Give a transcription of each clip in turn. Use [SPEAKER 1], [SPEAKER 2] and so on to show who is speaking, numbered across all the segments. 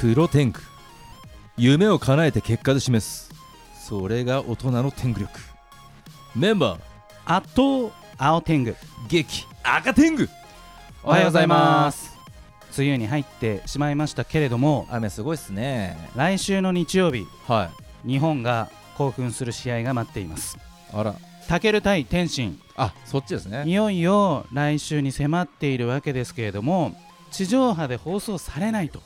[SPEAKER 1] プロテンク夢を叶えて結果で示すそれが大人の天狗力メンバー
[SPEAKER 2] あと青天狗
[SPEAKER 1] 激赤天狗
[SPEAKER 2] おはようございます梅雨に入ってしまいましたけれども
[SPEAKER 1] 雨すごいっすね
[SPEAKER 2] 来週の日曜日
[SPEAKER 1] はい
[SPEAKER 2] 日本が興奮する試合が待っています
[SPEAKER 1] あら
[SPEAKER 2] タケル対天心
[SPEAKER 1] あそっちですね
[SPEAKER 2] いよいよ来週に迫っているわけですけれども地上波で放送されないと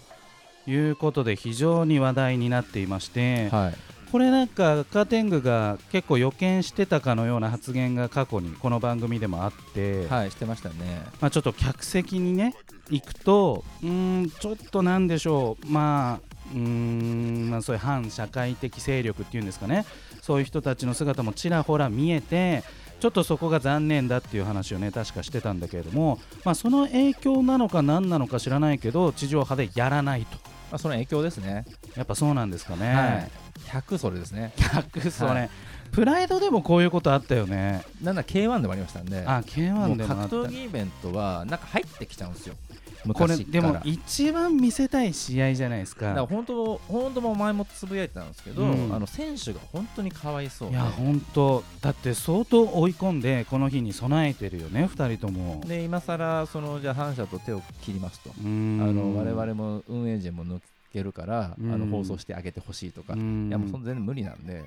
[SPEAKER 2] いうことで非常に話題になっていまして、
[SPEAKER 1] はい
[SPEAKER 2] これなんかカーテングが結構予見してたかのような発言が過去にこの番組でもあって、
[SPEAKER 1] はいしてましたね
[SPEAKER 2] まあ、ちょっと客席にね行くとうーんちょっとなんでしょうまあうーんまあそういう反社会的勢力っていうんですかねそういう人たちの姿もちらほら見えてちょっとそこが残念だっていう話をね確かしてたんだけれども、まあ、その影響なのか何なのか知らないけど地上波でやらないと
[SPEAKER 1] まあその影響ですね
[SPEAKER 2] やっぱそうなんですかね、
[SPEAKER 1] はい100それですね
[SPEAKER 2] 逆それ、
[SPEAKER 1] は
[SPEAKER 2] プライドでもこういうことあったよね
[SPEAKER 1] なんだ K1 でもありましたんで
[SPEAKER 2] あ
[SPEAKER 1] も
[SPEAKER 2] K1
[SPEAKER 1] う
[SPEAKER 2] で
[SPEAKER 1] 格
[SPEAKER 2] もあった
[SPEAKER 1] 闘技イベントはなんか入ってきちゃうんですよ
[SPEAKER 2] これ
[SPEAKER 1] 昔か
[SPEAKER 2] で
[SPEAKER 1] ら
[SPEAKER 2] も一番見せたい試合じゃないです
[SPEAKER 1] だから本当本当も前もつぶやいてたんですけど、
[SPEAKER 2] うん
[SPEAKER 1] あの選手が本当にかわいそう
[SPEAKER 2] い
[SPEAKER 1] で
[SPEAKER 2] や本当だって相当追い込んでこの日に備えてるよね2人とも
[SPEAKER 1] で今更そのじゃあ反社と手を切りますと、
[SPEAKER 2] うーん
[SPEAKER 1] あの我々も運営陣も抜けるから、
[SPEAKER 2] うん
[SPEAKER 1] あの放送してあげてほしいとか、
[SPEAKER 2] うー
[SPEAKER 1] い
[SPEAKER 2] ん
[SPEAKER 1] やもうそんな全然無理なんで、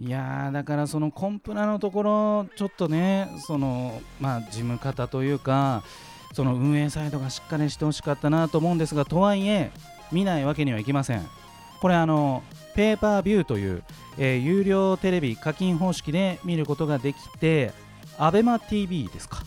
[SPEAKER 2] いやーだからそのコンプラのところちょっとねそのまあ事務方というかその運営サイドがしっかりしてほしかったなと思うんですがとはいえ見ないわけにはいきませんこれあのペーパービューという、えー有料テレビ課金方式で見ることができて ABEMATV ですか、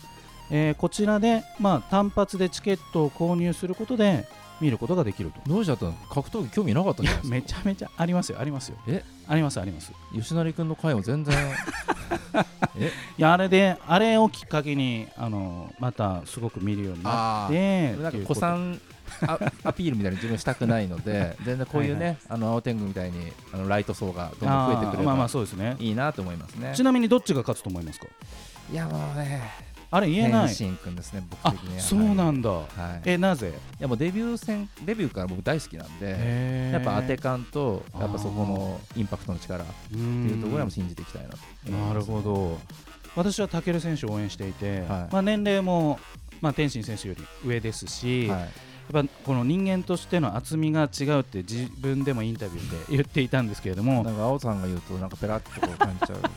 [SPEAKER 2] えーこちらで、まあ、単発でチケットを購入することで見ることができると
[SPEAKER 1] どうしちゃったの格闘技興味なかったん
[SPEAKER 2] い
[SPEAKER 1] じゃ
[SPEAKER 2] や
[SPEAKER 1] ない
[SPEAKER 2] め
[SPEAKER 1] です
[SPEAKER 2] ちゃめちゃありますよありますよ
[SPEAKER 1] え
[SPEAKER 2] ありますあります
[SPEAKER 1] か吉成君の回も全 然
[SPEAKER 2] いやあれであれをきっかけにあのまたすごく見るようになって
[SPEAKER 1] なんか
[SPEAKER 2] っていう
[SPEAKER 1] 子
[SPEAKER 2] こと
[SPEAKER 1] さんあアピールみたいに自分したくないので全然こういうね
[SPEAKER 2] はい
[SPEAKER 1] あの青天狗みたいにあのライト層がどんどん増えて
[SPEAKER 2] あ
[SPEAKER 1] く
[SPEAKER 2] ー
[SPEAKER 1] れ
[SPEAKER 2] まあま
[SPEAKER 1] ば
[SPEAKER 2] あそうですね
[SPEAKER 1] いいなと思いますね
[SPEAKER 2] ちなみにどっちが勝つと思いますか
[SPEAKER 1] いやもうね
[SPEAKER 2] あれ言えない
[SPEAKER 1] 天心君ですね僕
[SPEAKER 2] あ
[SPEAKER 1] 的には
[SPEAKER 2] そうなんだ
[SPEAKER 1] はい、い
[SPEAKER 2] えなぜ
[SPEAKER 1] やもうデビュー戦デビューから僕大好きなんでや
[SPEAKER 2] や
[SPEAKER 1] っぱ当て感とやっぱそこのインパクトの力って
[SPEAKER 2] て
[SPEAKER 1] いうところはもう
[SPEAKER 2] な
[SPEAKER 1] 信じていきたいなと
[SPEAKER 2] るほど私は武尊選手を応援していて、
[SPEAKER 1] はい
[SPEAKER 2] まあ、年齢も、まあ、天心選手より上ですし、
[SPEAKER 1] はい
[SPEAKER 2] やっぱこの人間としての厚みが違うって自分でもインタビューで言っていたんですけれども
[SPEAKER 1] なんか青さんが言うとなんかペラッとこう感じち ゃうですね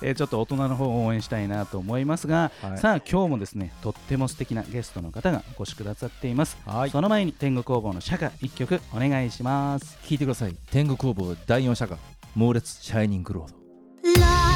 [SPEAKER 2] えーちょっと大人の方を応援したいなと思いますが、
[SPEAKER 1] はい
[SPEAKER 2] さあ今日もですねとっても素敵なゲストの方がお越しくださっています、
[SPEAKER 1] はい
[SPEAKER 2] その前に天狗工房の社歌1曲お願いします
[SPEAKER 1] 聞いてください天狗工房第4社歌猛烈シャイニングロード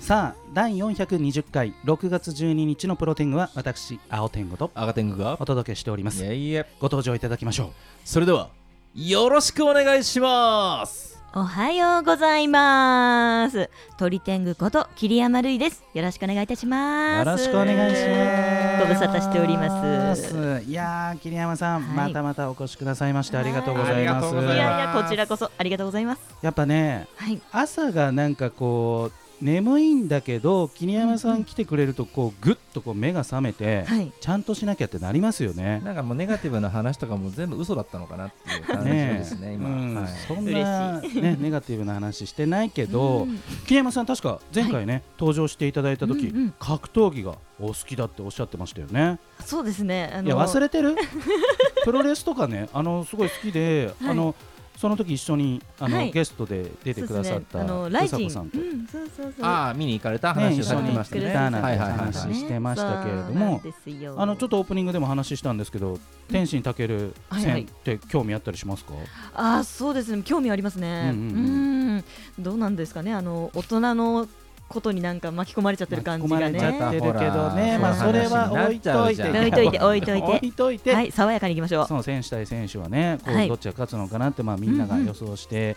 [SPEAKER 2] さあ第420回6月12日のプロ天狗は私青天狗と
[SPEAKER 1] 赤天狗が
[SPEAKER 2] お届けしております
[SPEAKER 1] いえいえ
[SPEAKER 2] ご登場いただきましょ
[SPEAKER 1] それではよろしくお願いします
[SPEAKER 3] おはようございます。鳥天狗こと桐山るいです。よろしくお願いいたし
[SPEAKER 2] う
[SPEAKER 3] ま
[SPEAKER 2] よ
[SPEAKER 3] す。
[SPEAKER 2] ろしくお願いします
[SPEAKER 3] ご無沙汰しております。
[SPEAKER 2] いやー桐山さん、
[SPEAKER 3] はい
[SPEAKER 2] またまたお越しくださいましてありがとうござい
[SPEAKER 1] ありが
[SPEAKER 2] ま
[SPEAKER 1] と
[SPEAKER 2] す
[SPEAKER 1] うご
[SPEAKER 3] い
[SPEAKER 1] ざ
[SPEAKER 3] やい
[SPEAKER 1] ま
[SPEAKER 3] やこちらこそありがとうございます。
[SPEAKER 2] やっぱね
[SPEAKER 3] はい。
[SPEAKER 2] 朝がなんかこう眠いんだけど桐山さん来てくれるとこうぐっとこう目が覚めて、
[SPEAKER 3] はい。
[SPEAKER 2] ちゃんとしなきゃってなりますよ ね。
[SPEAKER 1] なんかもうネガティブな話とかも全部嘘だったのかなっていう感じ
[SPEAKER 2] ね
[SPEAKER 1] ですね
[SPEAKER 2] え
[SPEAKER 1] 今、
[SPEAKER 2] うん
[SPEAKER 1] はい
[SPEAKER 2] そんな、ね、ネガティブな話してないけど、
[SPEAKER 3] うん
[SPEAKER 2] 桐山さん確か前回ね、登場していただいた時、
[SPEAKER 3] うんうん
[SPEAKER 2] 格闘技がお好きだっておっしゃってましたよね。
[SPEAKER 3] そうですね。あの
[SPEAKER 2] いや忘れてる プロレスとかねあのすごい好きで、
[SPEAKER 3] はい
[SPEAKER 2] あのその時一緒にあの、
[SPEAKER 3] はい
[SPEAKER 2] ゲストで出てくださっ
[SPEAKER 3] そうですねあ
[SPEAKER 2] た
[SPEAKER 3] の
[SPEAKER 2] う
[SPEAKER 3] ライ
[SPEAKER 2] さ
[SPEAKER 3] ジ
[SPEAKER 2] こ
[SPEAKER 3] ン。
[SPEAKER 2] さんと。
[SPEAKER 3] うんそうそうそう。
[SPEAKER 1] ああ見に行かれた
[SPEAKER 2] ね、
[SPEAKER 1] 話を
[SPEAKER 2] 一
[SPEAKER 1] さ
[SPEAKER 2] 緒
[SPEAKER 1] れて
[SPEAKER 2] に
[SPEAKER 1] ま
[SPEAKER 2] 行
[SPEAKER 1] し
[SPEAKER 2] った
[SPEAKER 3] 一
[SPEAKER 1] ね
[SPEAKER 3] 緒
[SPEAKER 2] て
[SPEAKER 3] に行
[SPEAKER 2] たなん
[SPEAKER 1] は
[SPEAKER 2] て
[SPEAKER 1] いはいはいはい
[SPEAKER 2] 話してましたけれども、あの
[SPEAKER 3] あの
[SPEAKER 2] ち
[SPEAKER 3] ち
[SPEAKER 2] ょ
[SPEAKER 3] ょ
[SPEAKER 2] っ
[SPEAKER 3] っ
[SPEAKER 2] とオープニングでも話したんですけど、天心たける
[SPEAKER 3] はいはい
[SPEAKER 2] 戦って興味あったりしますか？
[SPEAKER 3] あーそうですね。興味ありますね。
[SPEAKER 2] う
[SPEAKER 3] うんん
[SPEAKER 2] うんう
[SPEAKER 3] どうなんですかね。あの大人のことになんか巻き込まれちゃってる感じが
[SPEAKER 2] 巻き込まれちゃ
[SPEAKER 3] ね。
[SPEAKER 2] ってるけど
[SPEAKER 3] ほ
[SPEAKER 2] ね、
[SPEAKER 3] ら
[SPEAKER 2] まあそれは置いといて、
[SPEAKER 1] そう
[SPEAKER 3] いう話になっちゃうじゃん置いといて置いといて
[SPEAKER 2] 置いといて
[SPEAKER 3] はい。爽やかにいきましょう
[SPEAKER 2] そ。の選手対選手はね、こ
[SPEAKER 3] は
[SPEAKER 2] う
[SPEAKER 3] い
[SPEAKER 2] どっちが勝つのかなってまあみんなが予想して。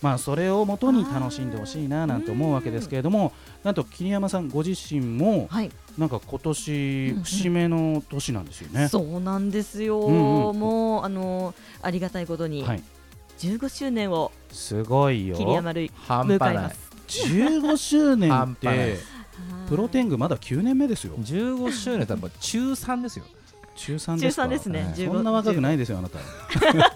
[SPEAKER 2] まあそれをもとに楽しんでほしいななんて思うわけですけれどもなんと桐山さんご自身も
[SPEAKER 3] はい。
[SPEAKER 2] なんか今年
[SPEAKER 3] うんうん
[SPEAKER 2] 節目の年なんですよね。
[SPEAKER 3] そうなんですよ。
[SPEAKER 2] うんうん
[SPEAKER 3] もうあのありがたいことに
[SPEAKER 2] はい、
[SPEAKER 3] 15周年を
[SPEAKER 2] すごいよ
[SPEAKER 3] 桐山類
[SPEAKER 1] 半
[SPEAKER 3] 迎え
[SPEAKER 1] 端
[SPEAKER 3] ま
[SPEAKER 1] ない
[SPEAKER 3] す。
[SPEAKER 2] 15周年 っ
[SPEAKER 1] 半端ない
[SPEAKER 2] てプロテングまだ9年目ですよ。
[SPEAKER 1] 15周年って多分中3ですよ
[SPEAKER 2] 中3
[SPEAKER 3] 中
[SPEAKER 2] ですか
[SPEAKER 3] 3ですね
[SPEAKER 2] はい
[SPEAKER 3] 15
[SPEAKER 2] そんな若くないですよあなた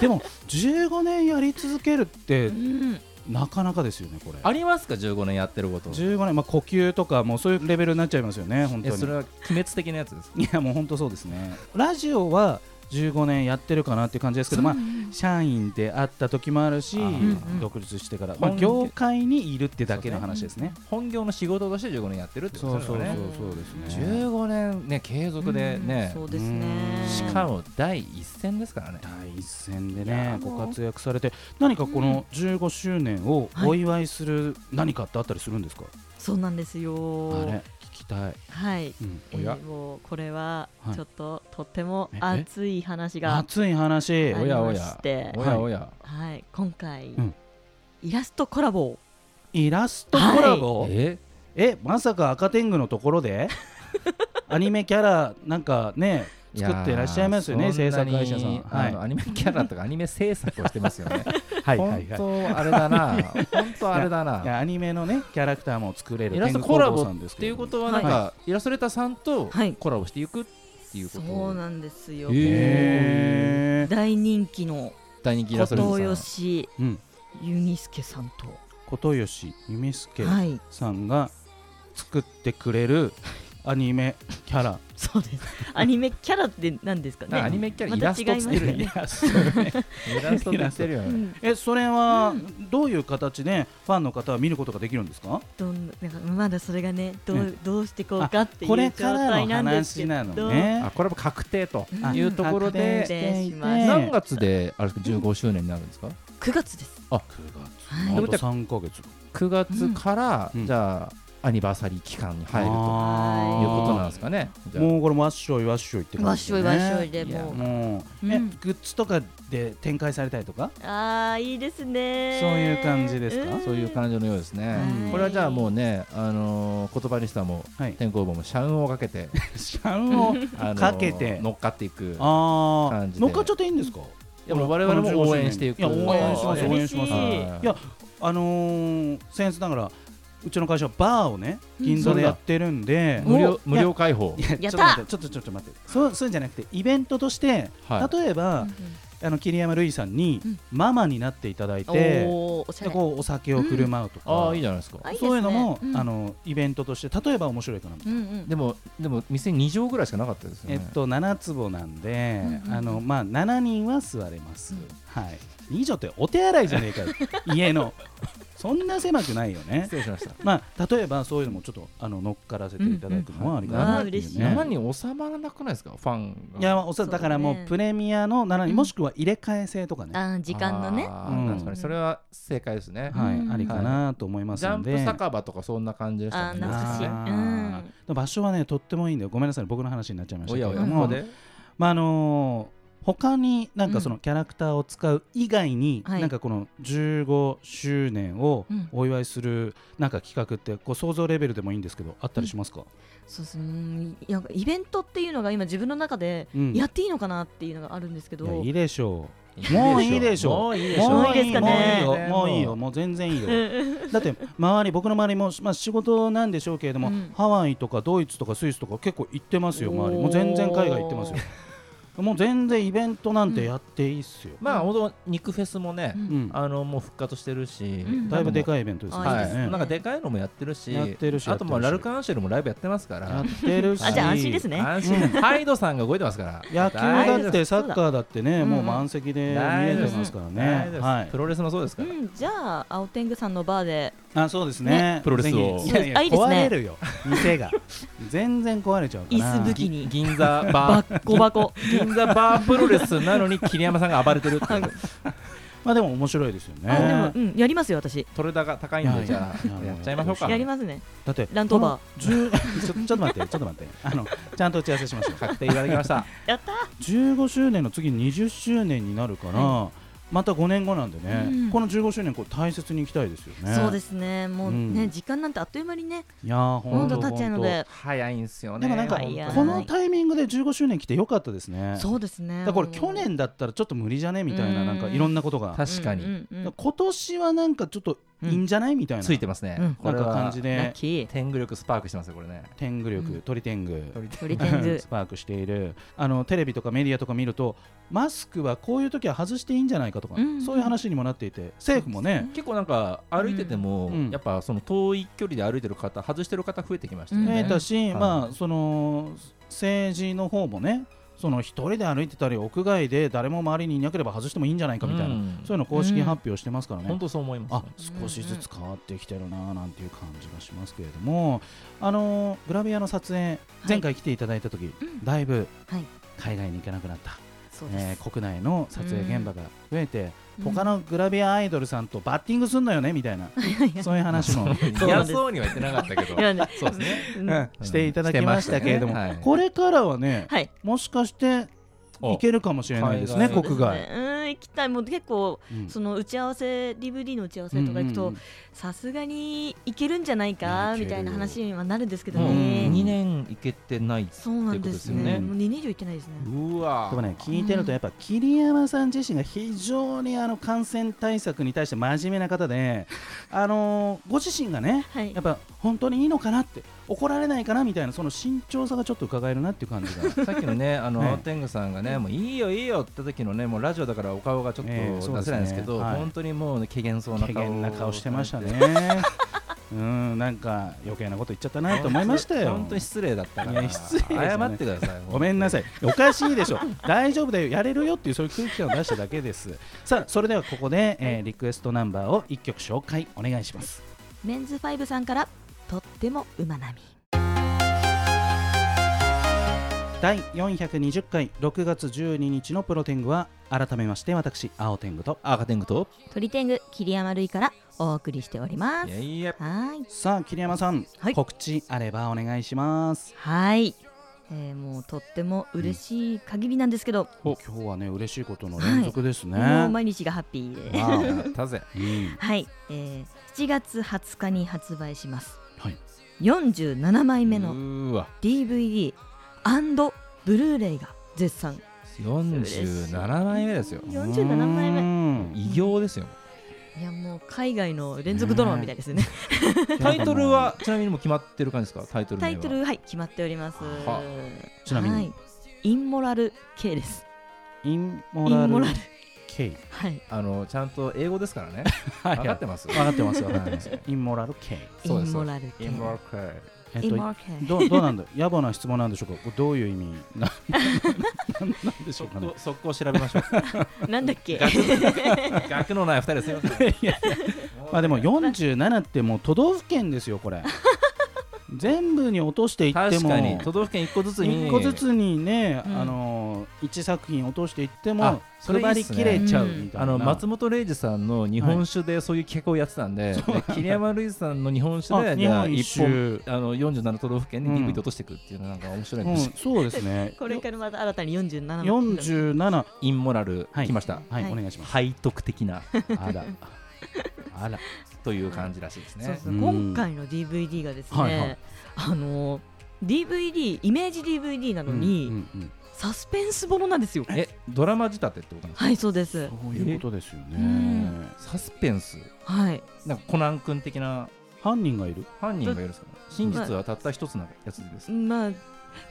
[SPEAKER 2] でも15年やり続けるって
[SPEAKER 3] うん
[SPEAKER 2] なかなかですよねこれ
[SPEAKER 1] ありますか15年やってること
[SPEAKER 2] 15年、まあ、呼吸とかもうそういうレベルになっちゃいますよね本当
[SPEAKER 1] え
[SPEAKER 2] に
[SPEAKER 1] それは鬼滅的なやつですか
[SPEAKER 2] いやもう本当そうですねラジオは15年やってるかなっていう感じですけど、まあ、社員であった時もあるし
[SPEAKER 1] あー
[SPEAKER 3] うんうん
[SPEAKER 2] 独立してから、
[SPEAKER 1] 本
[SPEAKER 2] まあ、
[SPEAKER 1] 業
[SPEAKER 2] 業界にいるってだけの話ですね
[SPEAKER 1] 本業の仕事として15年やってるってことですよね
[SPEAKER 3] そうそうそう
[SPEAKER 2] ですね
[SPEAKER 1] 15年ね継続でね
[SPEAKER 3] そうですね
[SPEAKER 2] うん
[SPEAKER 1] しかも第一線ですからね
[SPEAKER 2] 第一線で
[SPEAKER 3] いや
[SPEAKER 2] ね
[SPEAKER 3] ー
[SPEAKER 2] ご活躍されて何かこの15周年をお祝いする何かってあったりするんですか、
[SPEAKER 3] そうなんですよ
[SPEAKER 2] あれ聞きたい、
[SPEAKER 3] はい
[SPEAKER 2] うん
[SPEAKER 3] えーもうこれは
[SPEAKER 2] はい
[SPEAKER 3] ちょっととっても
[SPEAKER 2] ええ
[SPEAKER 3] 熱い話が
[SPEAKER 2] 熱い話、
[SPEAKER 3] は
[SPEAKER 1] お
[SPEAKER 3] い
[SPEAKER 1] やお
[SPEAKER 3] ありま
[SPEAKER 1] や
[SPEAKER 3] して
[SPEAKER 1] おやおや
[SPEAKER 3] はい今回
[SPEAKER 2] ん
[SPEAKER 3] イラストコラボを
[SPEAKER 2] イラストコラボ、
[SPEAKER 1] え
[SPEAKER 2] えまさか赤天狗のところでアニメキャラなんかね作ってらっしゃいますよね
[SPEAKER 1] やー
[SPEAKER 2] 制作会社さん
[SPEAKER 1] そなに
[SPEAKER 2] はい
[SPEAKER 1] あのアニメキャラとかアニメ制作をしてますよね
[SPEAKER 2] はい
[SPEAKER 1] 本当あれだ な本当あれだ
[SPEAKER 2] いや
[SPEAKER 1] な
[SPEAKER 2] アニメのねキャラクターも作れる
[SPEAKER 1] イラスト
[SPEAKER 2] 天狗
[SPEAKER 1] コラ
[SPEAKER 2] 工
[SPEAKER 1] ボ
[SPEAKER 2] 房さんで
[SPEAKER 1] っ
[SPEAKER 2] す
[SPEAKER 1] てい
[SPEAKER 2] け
[SPEAKER 1] う
[SPEAKER 2] ど
[SPEAKER 1] ことはなんかイラストレーターさんと
[SPEAKER 3] はい
[SPEAKER 1] コラボしていくっていうこと
[SPEAKER 3] そうなんですよ
[SPEAKER 1] へえ
[SPEAKER 2] へー
[SPEAKER 3] 大人気の
[SPEAKER 1] 大人気イラストレータ
[SPEAKER 3] 琴
[SPEAKER 1] ーさん
[SPEAKER 3] 吉
[SPEAKER 2] うん
[SPEAKER 3] ユニスケさんと
[SPEAKER 2] 琴吉弓助
[SPEAKER 3] はい
[SPEAKER 2] さんが作ってくれるアニメキャラ
[SPEAKER 3] そうですアニメキャラって何ですか
[SPEAKER 1] なんかアニ
[SPEAKER 3] ね
[SPEAKER 1] メキャラ
[SPEAKER 3] ま
[SPEAKER 1] イ
[SPEAKER 3] た
[SPEAKER 1] ラストっつってるよ
[SPEAKER 3] 違い
[SPEAKER 1] ね
[SPEAKER 2] やそうね
[SPEAKER 1] イラストって言ってるよ
[SPEAKER 3] う
[SPEAKER 1] ね
[SPEAKER 3] ん
[SPEAKER 2] えそれはどういう形でファンの方は見ることができるんですか
[SPEAKER 3] どんなんかまだそれがねど
[SPEAKER 2] う
[SPEAKER 3] うんどうしていこうかっていう
[SPEAKER 2] こ
[SPEAKER 3] 状
[SPEAKER 2] れから
[SPEAKER 3] 態
[SPEAKER 2] の
[SPEAKER 3] なんですけ
[SPEAKER 2] 話
[SPEAKER 3] ど
[SPEAKER 2] なのね
[SPEAKER 1] あこれも確定と
[SPEAKER 3] あ
[SPEAKER 1] いうところ
[SPEAKER 3] 確定
[SPEAKER 1] で
[SPEAKER 3] でええ
[SPEAKER 1] 何月であれですか15周年になるんですか
[SPEAKER 3] 9月です
[SPEAKER 1] あ
[SPEAKER 3] はい
[SPEAKER 2] あと3ヶ月
[SPEAKER 1] 9月から
[SPEAKER 2] うん
[SPEAKER 1] じゃあアニバーサリー期間に入ると
[SPEAKER 3] あー
[SPEAKER 1] いうことなんですかねじゃあ
[SPEAKER 2] もうこれわっしょいわっしょいって
[SPEAKER 3] わ
[SPEAKER 2] 感
[SPEAKER 3] っ
[SPEAKER 2] じ
[SPEAKER 3] しょいわっしょい
[SPEAKER 2] で
[SPEAKER 3] で
[SPEAKER 1] いや
[SPEAKER 3] もう
[SPEAKER 2] もう、
[SPEAKER 3] うん
[SPEAKER 2] えグッズとかで展開されたりとか
[SPEAKER 3] ああいいですね
[SPEAKER 2] そういう感じですか
[SPEAKER 1] そういう感じのようですね
[SPEAKER 2] はい
[SPEAKER 1] これはじゃあもうねあのー言葉にしたらもう
[SPEAKER 2] はい
[SPEAKER 1] 天候棒も社運をかけて
[SPEAKER 2] シャンを
[SPEAKER 1] あのー
[SPEAKER 2] かけて
[SPEAKER 1] 乗っかっていく
[SPEAKER 2] ああ
[SPEAKER 1] 感じで
[SPEAKER 2] 乗っかっちゃっていいんですか
[SPEAKER 1] いやもう我々も応援していく
[SPEAKER 2] いや応援します
[SPEAKER 3] あー
[SPEAKER 2] 応援します
[SPEAKER 3] 嬉しい
[SPEAKER 2] いやあのー、センスながらうちの会社はバーをね銀座でやってるんで、
[SPEAKER 1] 無料
[SPEAKER 2] お
[SPEAKER 1] 無料開放
[SPEAKER 2] いや
[SPEAKER 3] やっ
[SPEAKER 2] ち
[SPEAKER 3] た
[SPEAKER 2] ょっと待ってちょっとちょっと待ってそうそうじゃなくてイベントとして、
[SPEAKER 1] は
[SPEAKER 2] 例えば、あの桐山瑠衣さんに
[SPEAKER 3] うん
[SPEAKER 2] ママになっていただい
[SPEAKER 3] お
[SPEAKER 2] て、
[SPEAKER 3] おーおしゃ
[SPEAKER 2] で
[SPEAKER 3] れ
[SPEAKER 2] こうお酒を振る舞うとか、
[SPEAKER 1] ああいいじゃないですか
[SPEAKER 3] あいいですね
[SPEAKER 2] そういうのも、
[SPEAKER 3] うん
[SPEAKER 2] あのイベントとして例えば面白いかな
[SPEAKER 3] うんうん
[SPEAKER 1] でもでも店2畳ぐらいしかなかったですよ
[SPEAKER 2] え
[SPEAKER 1] ね
[SPEAKER 2] っと7坪なんで、
[SPEAKER 3] うんうん
[SPEAKER 2] あのまあ7人は座れます、
[SPEAKER 3] うん
[SPEAKER 2] はい2畳ってお手洗いじゃねえかよ 家のそんな狭くないよね
[SPEAKER 1] 失礼しました
[SPEAKER 2] まあ例えばそういうのもちょっとあの乗っからせていただくのはありかなっていう
[SPEAKER 3] うんうん
[SPEAKER 2] ね
[SPEAKER 3] あ
[SPEAKER 1] 7人収まらなくないですかファンが
[SPEAKER 2] いやまあおそらくだからも
[SPEAKER 3] そうね
[SPEAKER 2] うプレミアの7人、
[SPEAKER 3] うん
[SPEAKER 2] もしくは入れ替え制とかね、
[SPEAKER 3] あー時間のね
[SPEAKER 1] あ
[SPEAKER 2] う
[SPEAKER 1] ー
[SPEAKER 2] ん
[SPEAKER 1] 確かにそれは正解ですね、
[SPEAKER 2] はい、
[SPEAKER 3] うん
[SPEAKER 2] ありかなと思いま
[SPEAKER 1] ジ
[SPEAKER 2] す
[SPEAKER 1] ャ
[SPEAKER 2] の
[SPEAKER 1] ン
[SPEAKER 2] で
[SPEAKER 1] プ酒場とかそんな感じでし
[SPEAKER 3] あ
[SPEAKER 1] たも
[SPEAKER 3] ー
[SPEAKER 1] んね
[SPEAKER 3] 懐かしい
[SPEAKER 2] あ
[SPEAKER 3] うん
[SPEAKER 2] ー場所はねとってもいいんだよごめんなさい僕の話になっちゃいました
[SPEAKER 1] お
[SPEAKER 2] け
[SPEAKER 1] や
[SPEAKER 2] ど
[SPEAKER 1] お
[SPEAKER 2] も
[SPEAKER 1] や、ここ
[SPEAKER 3] うん
[SPEAKER 1] で
[SPEAKER 2] まああのー他になんかそのキャラクターを使う以外に、
[SPEAKER 3] はい
[SPEAKER 2] なんかこの15周年をお祝いするなんか企画ってこう想像レベルでもいいんですけどあったりしますか、
[SPEAKER 3] そうですねなんかイベントっていうのが今自分の中で
[SPEAKER 2] うん
[SPEAKER 3] やっていいのかなっていうのがあるんですけど、
[SPEAKER 2] いやいいでしょう
[SPEAKER 1] も
[SPEAKER 2] も
[SPEAKER 1] う
[SPEAKER 2] う
[SPEAKER 1] い
[SPEAKER 2] い
[SPEAKER 1] い
[SPEAKER 2] い
[SPEAKER 1] で
[SPEAKER 2] で
[SPEAKER 1] し
[SPEAKER 2] し
[SPEAKER 1] ょ
[SPEAKER 2] ょ
[SPEAKER 1] う
[SPEAKER 2] う
[SPEAKER 3] もういいですかね
[SPEAKER 2] もういいよもういいよもう全然いいよだって周り僕の周りも、まあ、仕事なんでしょうけれども、
[SPEAKER 3] うん
[SPEAKER 2] ハワイとかドイツとかスイスとか結構行ってますよ周りもう全然海外行ってますよもう全然イベントなんてやっていいっすよ、
[SPEAKER 1] まあ本当肉フェスもね、
[SPEAKER 3] うん
[SPEAKER 2] うん
[SPEAKER 1] あのもう復活してるし、
[SPEAKER 3] ん
[SPEAKER 2] だいぶで
[SPEAKER 1] い
[SPEAKER 2] かいイベントです
[SPEAKER 3] あ
[SPEAKER 2] ね、
[SPEAKER 1] はい
[SPEAKER 3] いですね
[SPEAKER 1] なんかでかいのもやってるし
[SPEAKER 2] やってるし
[SPEAKER 1] あとも
[SPEAKER 2] や
[SPEAKER 1] う
[SPEAKER 2] ってるし
[SPEAKER 1] ラルク・アンシェルもライブやってますか
[SPEAKER 2] や
[SPEAKER 1] ら
[SPEAKER 2] ってるし
[SPEAKER 3] あじゃあ安心ですね
[SPEAKER 1] 安心ハイドさんが動いてますから
[SPEAKER 2] 野球
[SPEAKER 1] 大丈夫
[SPEAKER 2] だってサッカーだってね
[SPEAKER 3] うん
[SPEAKER 2] もう満席で見えてますから
[SPEAKER 1] 大丈夫で
[SPEAKER 2] ね
[SPEAKER 1] す
[SPEAKER 2] はい
[SPEAKER 1] プロレスもそうですから、
[SPEAKER 3] うん、じゃあ青天狗さんのバーで
[SPEAKER 2] あそうです
[SPEAKER 3] ね
[SPEAKER 2] ね
[SPEAKER 1] プロレスを
[SPEAKER 2] ぜひいやいや
[SPEAKER 3] あいいです
[SPEAKER 2] 壊
[SPEAKER 3] ね
[SPEAKER 2] れるよ店が全然壊れちゃうか
[SPEAKER 3] 椅
[SPEAKER 2] ら
[SPEAKER 3] 子武器
[SPEAKER 1] ぎ
[SPEAKER 3] に
[SPEAKER 1] 銀座バ
[SPEAKER 3] バ
[SPEAKER 1] ー
[SPEAKER 3] ッコバコ
[SPEAKER 1] 銀座バープロレスなのに桐山さんが暴れてるっていう
[SPEAKER 2] まあでも面白いですよね
[SPEAKER 3] あでも、うん、やりますよ私
[SPEAKER 1] トレーダーが高いん
[SPEAKER 2] いやい
[SPEAKER 1] で
[SPEAKER 2] や
[SPEAKER 1] じゃあ
[SPEAKER 2] いや
[SPEAKER 1] やっちゃいましょうか
[SPEAKER 3] やりますね
[SPEAKER 2] だって
[SPEAKER 3] ラントバ
[SPEAKER 2] ー ちょちょっと待ってちょっと待ってあのちゃんと打ち合わせしましょう
[SPEAKER 1] 確定いただきました
[SPEAKER 3] やった
[SPEAKER 2] 15周年の次20周年になるから、また5年後なんでね、
[SPEAKER 3] うん
[SPEAKER 2] この15周年こう大切にいきたいですよね
[SPEAKER 3] そうですね、もうね、
[SPEAKER 2] うん
[SPEAKER 3] 時間なんてあっという間にね、
[SPEAKER 2] いやーほ
[SPEAKER 3] 温
[SPEAKER 2] んと
[SPEAKER 3] 度経っちゃうので、
[SPEAKER 1] 早いんすよ
[SPEAKER 2] ほんと
[SPEAKER 1] ね
[SPEAKER 2] でもなんか
[SPEAKER 3] 早い
[SPEAKER 2] このタイミングで15周年来てよかったですね
[SPEAKER 3] そうですね。
[SPEAKER 2] だからこれ去年だったらちょっと無理じゃねみたいな
[SPEAKER 3] うん
[SPEAKER 2] なんかいろんなことが
[SPEAKER 1] 確かに、
[SPEAKER 3] うんうんうん
[SPEAKER 2] 今年はなんかちょっと
[SPEAKER 3] うん
[SPEAKER 2] いいんじゃないみたいな
[SPEAKER 1] ついてますね、
[SPEAKER 3] うん
[SPEAKER 1] これは
[SPEAKER 2] なんか感じで
[SPEAKER 3] ラッ キー
[SPEAKER 1] 天狗力スパークしてますよこれね
[SPEAKER 2] 天狗力、
[SPEAKER 3] うん
[SPEAKER 2] 鳥天狗
[SPEAKER 1] 鳥天
[SPEAKER 3] 鳥天 狗
[SPEAKER 2] スパークしているあのテレビとかメディアとか見るとマスクはこういう時は外していいんじゃないかとか、
[SPEAKER 3] うん
[SPEAKER 2] そういう話にもなっていて政府もね
[SPEAKER 1] 結構なんか歩いてても、
[SPEAKER 2] うん
[SPEAKER 1] やっぱその遠い距離で歩いてる方外してる方増えてきましたよ
[SPEAKER 3] うん
[SPEAKER 1] ね、
[SPEAKER 2] 増えたし、
[SPEAKER 1] はい
[SPEAKER 2] まあその政治の方もねその一人で歩いてたり屋外で誰も周りにいなければ外してもいいんじゃないかみたいな、
[SPEAKER 1] うん
[SPEAKER 2] そういうの公式発表してますからね、
[SPEAKER 1] 本当そう思います
[SPEAKER 2] あ
[SPEAKER 1] ね、
[SPEAKER 2] 少しずつ変わってきてるななんていう感じがしますけれども、あのグラビアの撮影前回来ていただいた時、
[SPEAKER 3] うん
[SPEAKER 2] だいぶ
[SPEAKER 3] はい
[SPEAKER 2] 海外に行けなくなった、
[SPEAKER 3] そうです、
[SPEAKER 2] えー国内の撮影現場が増えて、他のグラビアアイドルさんとバッティングすんのよねみたいな、 そういう話も、
[SPEAKER 3] そうなん
[SPEAKER 1] 嫌
[SPEAKER 3] です
[SPEAKER 1] そうには言ってなかったけど
[SPEAKER 3] いやね
[SPEAKER 1] そうですね
[SPEAKER 3] う
[SPEAKER 2] うんんしていただきましたけれども、
[SPEAKER 1] してましたねはい
[SPEAKER 2] これからはね、
[SPEAKER 3] はい
[SPEAKER 2] もしかして
[SPEAKER 1] お
[SPEAKER 2] 行けるかもしれないですね、
[SPEAKER 1] 海外
[SPEAKER 2] 国外。
[SPEAKER 3] そうですねうん行きたいもう結構
[SPEAKER 2] うん
[SPEAKER 3] その打ち合わせ DVD の打ち合わせとか行く
[SPEAKER 2] う
[SPEAKER 3] と
[SPEAKER 2] ん
[SPEAKER 3] さすがに行けるんじゃない
[SPEAKER 2] い
[SPEAKER 3] か
[SPEAKER 2] や行ける
[SPEAKER 3] みたいな話にはなるんですけど
[SPEAKER 1] もう
[SPEAKER 3] ね、
[SPEAKER 1] 2年行けてない
[SPEAKER 3] そうなんです
[SPEAKER 1] ってことです
[SPEAKER 3] ね
[SPEAKER 1] よね
[SPEAKER 3] もう2年以上行ってないですね
[SPEAKER 1] うわ
[SPEAKER 2] でもね聞いてる
[SPEAKER 3] う
[SPEAKER 2] と
[SPEAKER 3] ん
[SPEAKER 2] やっぱ桐山さん自身が非常にあの感染対策に対して真面目な 方で、あのーご自身がね
[SPEAKER 3] はい
[SPEAKER 2] やっぱ本当にいいのかなって怒られないかなみたいなその慎重さがちょっと伺えるなっていう感じ が
[SPEAKER 1] さっきの ね、あの、
[SPEAKER 2] ね
[SPEAKER 1] 青天狗さんがね、もういいよいいよって言った時のね、もうラジオだからお顔がちょっと
[SPEAKER 2] ええそう
[SPEAKER 1] 出
[SPEAKER 2] です
[SPEAKER 1] せ
[SPEAKER 2] ね
[SPEAKER 1] ないんですけど、
[SPEAKER 2] はい
[SPEAKER 1] 本当にもうね、怪げそうな
[SPEAKER 2] 軽
[SPEAKER 1] 顔。
[SPEAKER 2] 減な顔してました。ね うんなんか余計なこと言っちゃったなと思いました よ
[SPEAKER 1] 本当に失礼だったか
[SPEAKER 2] いや
[SPEAKER 1] ら。
[SPEAKER 2] 失礼ですよね
[SPEAKER 1] 謝ってください。
[SPEAKER 2] ごめんなさ
[SPEAKER 1] い。
[SPEAKER 2] い、おかしいでしょ、大丈夫だよ、やれるよっていう、そういう空気感を出しただけです。さあ、それではここで、えーリクエストナンバーを1曲紹介お願いします。
[SPEAKER 3] メンズファイブさんからとっても馬並み
[SPEAKER 2] 第420回6月12日のプロテングは、改めまして私、青天狗と。
[SPEAKER 1] 赤天狗と。
[SPEAKER 3] 鳥天狗桐山るいからお送りしております
[SPEAKER 1] いやいや。
[SPEAKER 3] はーい
[SPEAKER 2] さあ、桐山さん、
[SPEAKER 3] はい
[SPEAKER 2] 告知あればお願いします。
[SPEAKER 3] はい、えー、もうとっても嬉しい限りなんですけど、
[SPEAKER 2] 今日はね、嬉しいことの連続ですね。
[SPEAKER 3] もう毎日がハッピーで
[SPEAKER 2] わあ
[SPEAKER 1] やったぜ。
[SPEAKER 2] うん
[SPEAKER 3] はい、えー、7月20日に発売します
[SPEAKER 2] はい
[SPEAKER 3] 47枚目
[SPEAKER 1] う
[SPEAKER 3] の
[SPEAKER 1] ーわ。
[SPEAKER 3] DVD& ブルーレイが絶賛
[SPEAKER 1] 四十七枚目ですよ。
[SPEAKER 3] 47枚目
[SPEAKER 2] 目
[SPEAKER 1] 異形ですよ。
[SPEAKER 3] いやもう海外の連続ドラマみたいですよね。
[SPEAKER 1] タイトルは、ちなみにもう決まってる感じですか。タイトル名は。
[SPEAKER 3] タイトルはい決まっております。
[SPEAKER 1] は
[SPEAKER 2] ちなみに
[SPEAKER 3] はい、インモラル系です。
[SPEAKER 2] イン
[SPEAKER 3] イ
[SPEAKER 2] モラ
[SPEAKER 3] ンモ
[SPEAKER 2] ル
[SPEAKER 3] ラル。
[SPEAKER 2] ケイ。
[SPEAKER 3] はい。
[SPEAKER 1] あの、ちゃんと英語ですからね。
[SPEAKER 2] は
[SPEAKER 1] 分かってます。
[SPEAKER 2] 分かってます、分かってます。インモラルケイ。
[SPEAKER 3] イ
[SPEAKER 1] そうで
[SPEAKER 3] ン
[SPEAKER 1] す
[SPEAKER 3] モラル系。
[SPEAKER 1] インバークレイ。
[SPEAKER 2] えっ
[SPEAKER 3] イン
[SPEAKER 2] と
[SPEAKER 3] モラル系。
[SPEAKER 2] どうどうなんだ野暮な質問なんでしょうかこれどういう意味 ななんなんでしょうか
[SPEAKER 1] 速
[SPEAKER 2] ね
[SPEAKER 1] 攻、速攻調べましょう。
[SPEAKER 3] なんだっけ。
[SPEAKER 1] 学のない二人ですよ。
[SPEAKER 2] まあでも47ってもう都道府県ですよこ れ全部に落としていって
[SPEAKER 1] 確
[SPEAKER 2] も
[SPEAKER 1] かに都道府県一個ずつに
[SPEAKER 2] 1個ずつにね、
[SPEAKER 3] うん
[SPEAKER 2] あの1作品落としていって
[SPEAKER 1] あ
[SPEAKER 2] も
[SPEAKER 1] それいいっ
[SPEAKER 2] 配
[SPEAKER 1] す
[SPEAKER 2] り
[SPEAKER 1] ね
[SPEAKER 2] きれちゃうみたいな、
[SPEAKER 1] あの松本零士さんの日本酒でそういう企画をやってたんで、で桐山瑠衣さんの日本酒
[SPEAKER 2] あ
[SPEAKER 1] で
[SPEAKER 2] 日
[SPEAKER 1] じゃあ
[SPEAKER 2] 本一
[SPEAKER 1] 一本
[SPEAKER 2] 周
[SPEAKER 1] あの47都道府県に
[SPEAKER 2] うん
[SPEAKER 1] DVD 落としていくっていうのなんか面白い
[SPEAKER 2] うん、
[SPEAKER 1] です、
[SPEAKER 2] そうですね
[SPEAKER 3] これからまた新たに47の。
[SPEAKER 2] 47
[SPEAKER 1] インモラル
[SPEAKER 2] はい
[SPEAKER 1] 来ました、
[SPEAKER 2] はい、
[SPEAKER 3] はい
[SPEAKER 2] お願いします
[SPEAKER 1] 背徳的な
[SPEAKER 2] あ らあら
[SPEAKER 1] という感じらしいです
[SPEAKER 3] そう
[SPEAKER 1] ね
[SPEAKER 3] そう
[SPEAKER 2] うん
[SPEAKER 3] 今回の DVD がですね、
[SPEAKER 2] はいはい
[SPEAKER 3] あの DVD イメージ DVD なのに、
[SPEAKER 2] うんうん
[SPEAKER 3] サスペンスものなんですよ。
[SPEAKER 1] えドラマ仕立てってことなんですか
[SPEAKER 3] はいそうです。
[SPEAKER 2] うんそういうことですよね、
[SPEAKER 3] うん
[SPEAKER 1] サスペンス
[SPEAKER 3] はい。
[SPEAKER 1] なんかコナン君的な
[SPEAKER 2] 犯人がいる
[SPEAKER 1] 犯人がいるんですかね真実はたった一つのやつです
[SPEAKER 3] まあ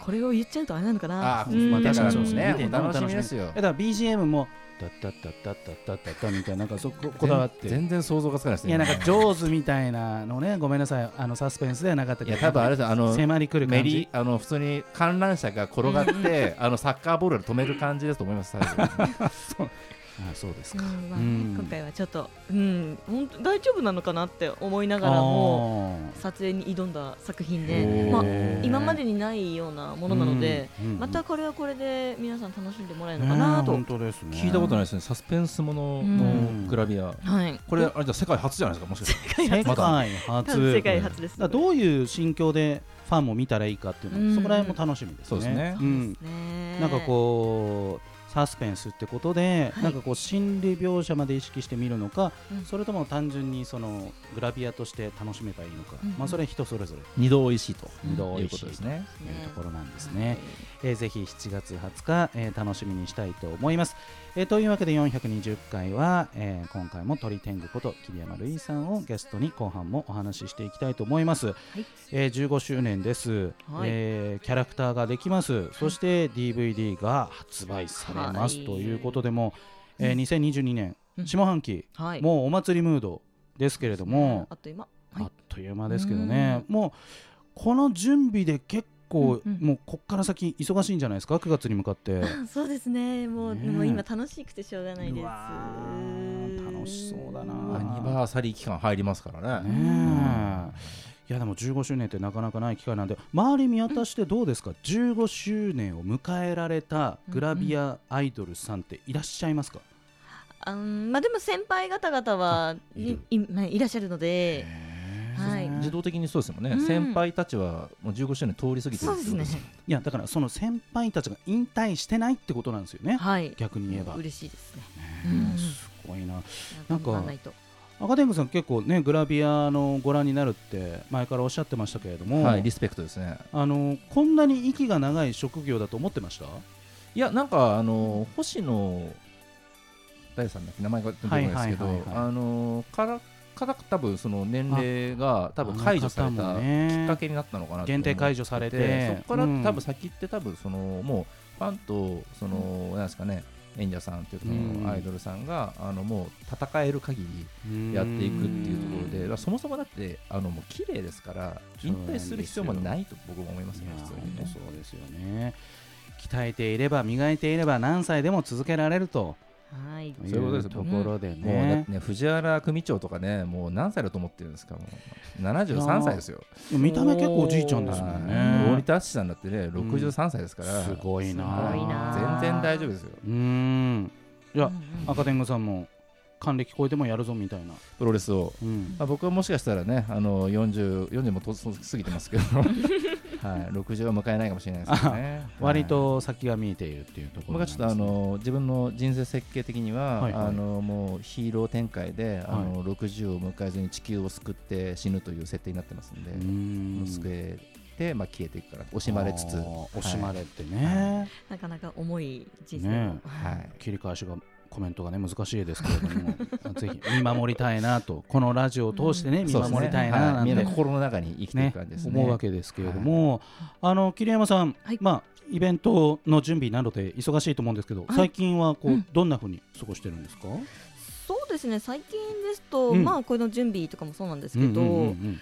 [SPEAKER 3] これを言っちゃうとあれなのかな。
[SPEAKER 1] あ
[SPEAKER 3] う
[SPEAKER 1] ー
[SPEAKER 3] ん
[SPEAKER 1] まあ
[SPEAKER 2] だ
[SPEAKER 1] 確
[SPEAKER 2] か
[SPEAKER 1] からら
[SPEAKER 2] そうですね
[SPEAKER 1] ねお楽しみですよ
[SPEAKER 2] だから BGM も「タッタッタッタッタッタッタッタ」みたいななんかそここだわって
[SPEAKER 1] 全然想像がつかないです
[SPEAKER 2] い
[SPEAKER 1] ね
[SPEAKER 2] やなんかジョーズみたいなのねごめんなさいあのサスペンスではなかった
[SPEAKER 1] い
[SPEAKER 2] けど
[SPEAKER 1] や多分あれですあの
[SPEAKER 2] 迫りくる
[SPEAKER 1] メ
[SPEAKER 2] 感
[SPEAKER 1] リ
[SPEAKER 2] じ
[SPEAKER 1] あの普通に観覧車が転がってあのサッカーボールで止める感じですと思います最後
[SPEAKER 2] あそうです
[SPEAKER 3] う
[SPEAKER 2] か
[SPEAKER 3] んまあ
[SPEAKER 2] うん
[SPEAKER 3] 今回はちょっと、うん、本当大丈夫なのかなって思いながらも撮影に挑んだ作品で、
[SPEAKER 1] へー
[SPEAKER 3] まあ、今までにないようなものなので、また
[SPEAKER 2] か
[SPEAKER 3] これはこれで皆さん楽しんでもらえるのかなと、
[SPEAKER 2] 本当です ね
[SPEAKER 1] 聞いたことないですねサスペンスもの
[SPEAKER 2] うん
[SPEAKER 1] のグラビア
[SPEAKER 3] はい、
[SPEAKER 1] これあれじゃ世界初じゃないですかもしかして
[SPEAKER 3] 世界
[SPEAKER 2] 世
[SPEAKER 3] 初
[SPEAKER 2] 界
[SPEAKER 3] 多
[SPEAKER 2] 初
[SPEAKER 3] 分世界初です。
[SPEAKER 2] だからどういう心境でファンも見たらいいかっていう
[SPEAKER 3] う
[SPEAKER 2] の
[SPEAKER 3] ん
[SPEAKER 2] そこら辺も楽しみですね
[SPEAKER 1] そうですね
[SPEAKER 2] うん
[SPEAKER 3] ね
[SPEAKER 2] なんかこうサスペンスってことで、
[SPEAKER 3] はい
[SPEAKER 2] なんかこう心理描写まで意識してみるのか、
[SPEAKER 3] うん
[SPEAKER 2] それとも単純にそのグラビアとして楽しめばいいのか、
[SPEAKER 3] うんうん
[SPEAKER 2] まあそれは人それぞれ
[SPEAKER 1] 二度おいしいと
[SPEAKER 3] 二度
[SPEAKER 1] いうことですね
[SPEAKER 2] というところなんですね。えーぜひ7月20日、えー楽しみにしたいと思います、えーというわけで420回は、えー今回も鳥天狗こと桐山瑠衣さんをゲストに後半もお話ししていきたいと思います、えー15周年です、
[SPEAKER 3] はい
[SPEAKER 2] えーキャラクターができますそして DVD が発売されます、
[SPEAKER 3] はい
[SPEAKER 2] ということでもう、えー
[SPEAKER 3] うん
[SPEAKER 2] 2022年
[SPEAKER 3] うん
[SPEAKER 2] 下半期、
[SPEAKER 3] はい
[SPEAKER 2] もうお祭りムードですけれども、
[SPEAKER 3] あっという間
[SPEAKER 2] あっという間ですけどね、もうこの準備で結構、
[SPEAKER 3] うんうん
[SPEAKER 2] もうこっから先忙しいんじゃないですか9月に向か って。
[SPEAKER 3] そうですねもう
[SPEAKER 2] ねえ
[SPEAKER 3] もう今楽しくてしょうがないで
[SPEAKER 2] うわー
[SPEAKER 3] す
[SPEAKER 2] 楽しそうだな
[SPEAKER 1] アニバーサリー期間入りますからね
[SPEAKER 2] ねえ
[SPEAKER 1] うん
[SPEAKER 2] いやでも15周年ってなかなかない機会なんで周り見渡してどうですか、15周年を迎えられたグラビアアイドルさんっていらっしゃいますか、
[SPEAKER 3] あんまあでも先輩方々はねいまあいらっしゃるのではい
[SPEAKER 2] そうですね
[SPEAKER 1] 自動的にそうですもんね、
[SPEAKER 3] うん
[SPEAKER 1] 先輩たちはもう15周年通り過ぎてる
[SPEAKER 3] そうですね
[SPEAKER 2] いやだからその先輩たちが引退してないってことなんですよね
[SPEAKER 3] はい
[SPEAKER 2] 逆に言えば、
[SPEAKER 3] 嬉しいですね
[SPEAKER 2] ねえすごいななんか
[SPEAKER 3] 頑張らないと
[SPEAKER 2] 赤天狗さん結構ねグラビアのご覧になるって前からおっしゃってましたけれども、
[SPEAKER 1] はい、リスペクトですね
[SPEAKER 2] あのこんなに息が長い職業だと思ってました
[SPEAKER 1] いやなんかあの星野大さんだっけ名前が出てこないですけど、
[SPEAKER 2] はいはいはいはい
[SPEAKER 1] あのからから多分その年齢が多分解除され
[SPEAKER 2] あの
[SPEAKER 1] た
[SPEAKER 2] 方も
[SPEAKER 1] き
[SPEAKER 2] ね
[SPEAKER 1] っかけになったのかなと思って
[SPEAKER 2] 限定解除されて
[SPEAKER 1] そこから
[SPEAKER 2] うん
[SPEAKER 1] 多分先って多分そのもうファンとその、なんですかね演者さんというかそ
[SPEAKER 2] うん
[SPEAKER 1] のアイドルさんが、あのもう戦える限りやっていくっていうところで、だからそもそもだってあのもう綺麗ですから
[SPEAKER 2] そう
[SPEAKER 1] 引
[SPEAKER 2] なんで
[SPEAKER 1] 退
[SPEAKER 2] すよ
[SPEAKER 1] する必要もないと僕も思います
[SPEAKER 2] い
[SPEAKER 1] ね
[SPEAKER 2] やー
[SPEAKER 1] 普通
[SPEAKER 2] 本
[SPEAKER 1] に
[SPEAKER 2] 当
[SPEAKER 1] ね
[SPEAKER 2] そうですよね鍛えていれば磨いていれば何歳でも続けられると
[SPEAKER 3] はい
[SPEAKER 1] そういうことですよ
[SPEAKER 2] ところで
[SPEAKER 1] もうだっ
[SPEAKER 2] ね
[SPEAKER 1] てね藤原組長とかねもう何歳だと思ってるんですかもう73歳ですよ
[SPEAKER 2] 見た目結構おじいちゃんですもん
[SPEAKER 1] はい大
[SPEAKER 2] ね
[SPEAKER 1] 仁田淳さんだってね63歳ですから、
[SPEAKER 2] すごいな
[SPEAKER 3] すごいな
[SPEAKER 1] 全然大丈夫ですよ
[SPEAKER 2] うーんじゃ
[SPEAKER 3] うんうん
[SPEAKER 2] あ赤天狗さんも還暦超えてもやるぞみたいな、
[SPEAKER 1] プロレスを、
[SPEAKER 2] うん
[SPEAKER 1] まあ、僕はもしかしたらねあの 40, 40もとそ過ぎてますけ ど、はい、60は迎えないかもしれないですけどね
[SPEAKER 2] 割と先が見えているっていうとこ
[SPEAKER 1] 僕
[SPEAKER 2] ろな
[SPEAKER 1] は
[SPEAKER 2] んで
[SPEAKER 1] ちょ
[SPEAKER 2] す
[SPEAKER 1] っ
[SPEAKER 2] ね
[SPEAKER 1] とあの自分の人生設計的には、
[SPEAKER 2] はいはい
[SPEAKER 1] あのもうヒーロー展開であの、60を迎えずに地球を救って死ぬという設定になってますんで、
[SPEAKER 2] うーん
[SPEAKER 1] 救えて、まあ、消えていくから惜しまれつつ、
[SPEAKER 2] あ
[SPEAKER 1] は
[SPEAKER 2] ー惜しまれってね、
[SPEAKER 3] なかなか重い人生
[SPEAKER 2] ねえ
[SPEAKER 1] い、
[SPEAKER 2] 切り返しがコメントがね難しいですけれど もぜひ見守りたいなとこのラジオを通してね見
[SPEAKER 1] そうですね
[SPEAKER 2] 守りたいな
[SPEAKER 1] は
[SPEAKER 2] ないん
[SPEAKER 1] みん
[SPEAKER 2] て
[SPEAKER 1] な心の中に生きていく感じですね
[SPEAKER 2] 思うわけですけれども、あの桐山さん、
[SPEAKER 3] はい
[SPEAKER 2] まあ、イベントの準備などで忙しいと思うんですけど、
[SPEAKER 3] い
[SPEAKER 2] 最近はこう、
[SPEAKER 3] うん
[SPEAKER 2] どんなふうに過ごしてるんですか、
[SPEAKER 3] そうですね最近ですと、
[SPEAKER 2] うん
[SPEAKER 3] まあこれの準備とかもそうなんですけど、
[SPEAKER 2] うんうんうん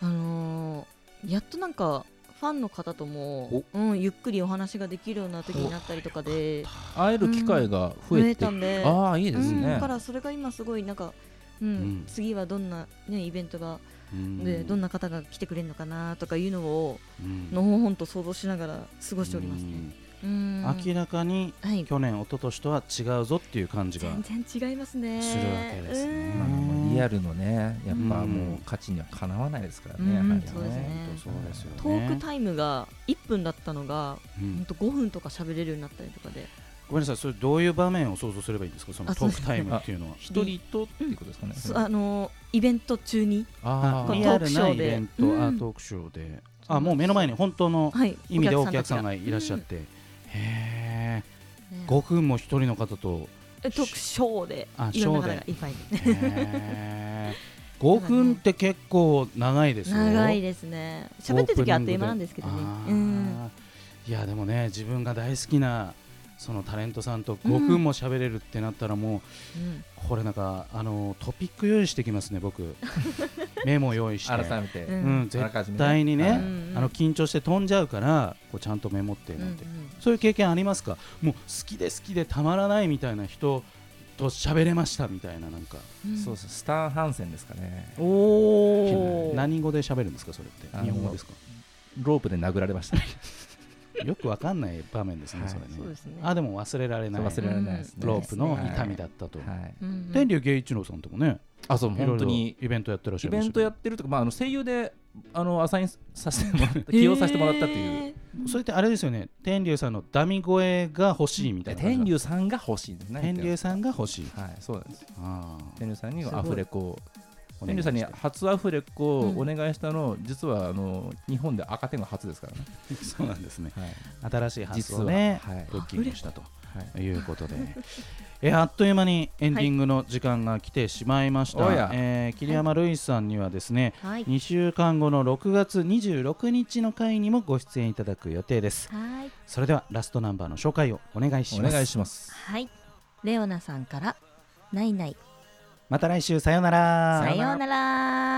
[SPEAKER 3] あのーやっとなんかファンの方とも
[SPEAKER 2] お、
[SPEAKER 3] うん、ゆっくりお話ができるような時になったりとかで
[SPEAKER 1] 会える機会が増
[SPEAKER 3] 増
[SPEAKER 1] え
[SPEAKER 3] え
[SPEAKER 1] て、
[SPEAKER 3] たんで
[SPEAKER 1] ああいいです
[SPEAKER 3] うん、
[SPEAKER 1] ね
[SPEAKER 3] だ、からそれが今すごいなんか、うん
[SPEAKER 2] うん
[SPEAKER 3] 次はどんな、ね、イベントが、
[SPEAKER 2] うん
[SPEAKER 3] でどんな方が来てくれるのかなとかいうのを
[SPEAKER 2] うん
[SPEAKER 3] のほほんと想像しながら過ごしておりますね。うん
[SPEAKER 2] うん明らかに
[SPEAKER 3] はい、
[SPEAKER 2] 去年一昨年とは違うぞっていう感じが
[SPEAKER 3] 全然違いますね。
[SPEAKER 2] するわけですね
[SPEAKER 1] まあ
[SPEAKER 3] うん
[SPEAKER 1] もうリアルのねやっぱも
[SPEAKER 2] うん
[SPEAKER 1] う価値にはかなわないですから
[SPEAKER 3] うん
[SPEAKER 1] ね、やはりね
[SPEAKER 3] そうですね
[SPEAKER 2] 本当そうですよね
[SPEAKER 3] トークタイムが1分だったのが、
[SPEAKER 2] う
[SPEAKER 3] ほん
[SPEAKER 2] ん
[SPEAKER 3] と5分とか喋れるようになったりとかで、
[SPEAKER 2] ごめんなさいそれどういう場面を想像すればいいんですかその
[SPEAKER 3] あ
[SPEAKER 2] トークタイムっていうのは
[SPEAKER 1] 一人とっていうことですかね、
[SPEAKER 3] そあのイベント中に、
[SPEAKER 1] ああ
[SPEAKER 3] こう
[SPEAKER 2] リ
[SPEAKER 3] ト
[SPEAKER 2] ア
[SPEAKER 3] ーク
[SPEAKER 2] ル
[SPEAKER 3] シ
[SPEAKER 2] な
[SPEAKER 3] ョ
[SPEAKER 2] イ
[SPEAKER 3] ーで
[SPEAKER 2] ベント、
[SPEAKER 3] うん
[SPEAKER 2] あトークショーであもう目の前に本当の
[SPEAKER 3] はい、
[SPEAKER 2] 意味でお客さんが
[SPEAKER 3] たち
[SPEAKER 2] いらっしゃって、へえ
[SPEAKER 3] うんね
[SPEAKER 2] 5分も一人の方 と
[SPEAKER 3] え特賞で
[SPEAKER 2] あ
[SPEAKER 3] いろん
[SPEAKER 2] ショー
[SPEAKER 3] な方
[SPEAKER 2] で
[SPEAKER 3] がいっぱい いる
[SPEAKER 2] へー5分って結構長いですよ
[SPEAKER 3] 長いですね喋ってる時はあっという間なんですけどね
[SPEAKER 2] あー
[SPEAKER 3] うん
[SPEAKER 2] いやでもね自分が大好きなそのタレントさんと
[SPEAKER 3] うん
[SPEAKER 2] 5分も喋れるってなったらもう、
[SPEAKER 3] うん
[SPEAKER 2] これなんかあのトピック用意してきますね 僕メモ用意して、
[SPEAKER 1] 改めて、
[SPEAKER 3] う
[SPEAKER 2] うんん、
[SPEAKER 1] あら
[SPEAKER 2] 絶
[SPEAKER 1] かじめ
[SPEAKER 2] 対にね、
[SPEAKER 1] はい
[SPEAKER 3] うんうん
[SPEAKER 2] あの緊張して飛んじゃうからこうちゃんとメモって
[SPEAKER 3] う
[SPEAKER 2] なんんて、そういう経験ありますかもう好きで好きでたまらないみたいな人と喋れましたみたいななんか
[SPEAKER 3] うん
[SPEAKER 1] そうそうスタン・ハンセンですかね
[SPEAKER 2] お
[SPEAKER 1] ー
[SPEAKER 2] 何語で喋るんですかそれって
[SPEAKER 1] あの
[SPEAKER 2] 日本語ですか
[SPEAKER 1] ロープで殴られま した、
[SPEAKER 2] よくわかんない場面ですね、
[SPEAKER 1] はい
[SPEAKER 2] それね
[SPEAKER 3] そうですね
[SPEAKER 2] あでも忘れられない
[SPEAKER 1] 忘れられないですね
[SPEAKER 2] ロープの痛みだったと、
[SPEAKER 1] はい
[SPEAKER 3] うんうん
[SPEAKER 2] 天竜慶一郎さんともね
[SPEAKER 1] あそう
[SPEAKER 2] いろいろ
[SPEAKER 1] 本当に
[SPEAKER 2] イベントやってらっしゃ
[SPEAKER 1] イ
[SPEAKER 2] いま
[SPEAKER 1] ベ
[SPEAKER 2] した
[SPEAKER 1] ン
[SPEAKER 2] け
[SPEAKER 1] ト
[SPEAKER 2] ど
[SPEAKER 1] やってるとか、まあ、あの声優であのアサインさせてもら った起用させてもらったっていう、
[SPEAKER 3] へ
[SPEAKER 2] それってあれですよね天竜さんのダミ声が欲しいみたいな感じ
[SPEAKER 1] 天竜さんが欲しいんですね
[SPEAKER 2] 天竜さんが欲しい
[SPEAKER 1] はいそうなんです
[SPEAKER 2] あ
[SPEAKER 1] 天竜さんに
[SPEAKER 2] すごい
[SPEAKER 1] アフレコを
[SPEAKER 2] ー
[SPEAKER 1] 天竜さんに
[SPEAKER 2] お願い
[SPEAKER 1] 初アフレコを
[SPEAKER 3] う
[SPEAKER 1] お
[SPEAKER 3] ん
[SPEAKER 1] 願いしたの、実はあの日本で赤天狗初ですからね、
[SPEAKER 2] してそうなんですね
[SPEAKER 1] はい、
[SPEAKER 2] 新しい発
[SPEAKER 1] 実
[SPEAKER 2] 想
[SPEAKER 1] は、
[SPEAKER 2] ね
[SPEAKER 1] はい
[SPEAKER 2] ブッキングしたとということで、えあっという間にエンディングの時間が来てしまいました、
[SPEAKER 1] おや
[SPEAKER 2] えー桐山ルイさんにはですね、
[SPEAKER 3] はい。
[SPEAKER 2] 2週間後の6月26日の回にもご出演いただく予定です
[SPEAKER 3] はい。
[SPEAKER 2] それではラストナンバーの紹介をお願いし
[SPEAKER 1] お
[SPEAKER 2] ます
[SPEAKER 1] 願いします
[SPEAKER 3] はい。レオナさんから、ないない。
[SPEAKER 2] また来週さようなら
[SPEAKER 3] さようなら。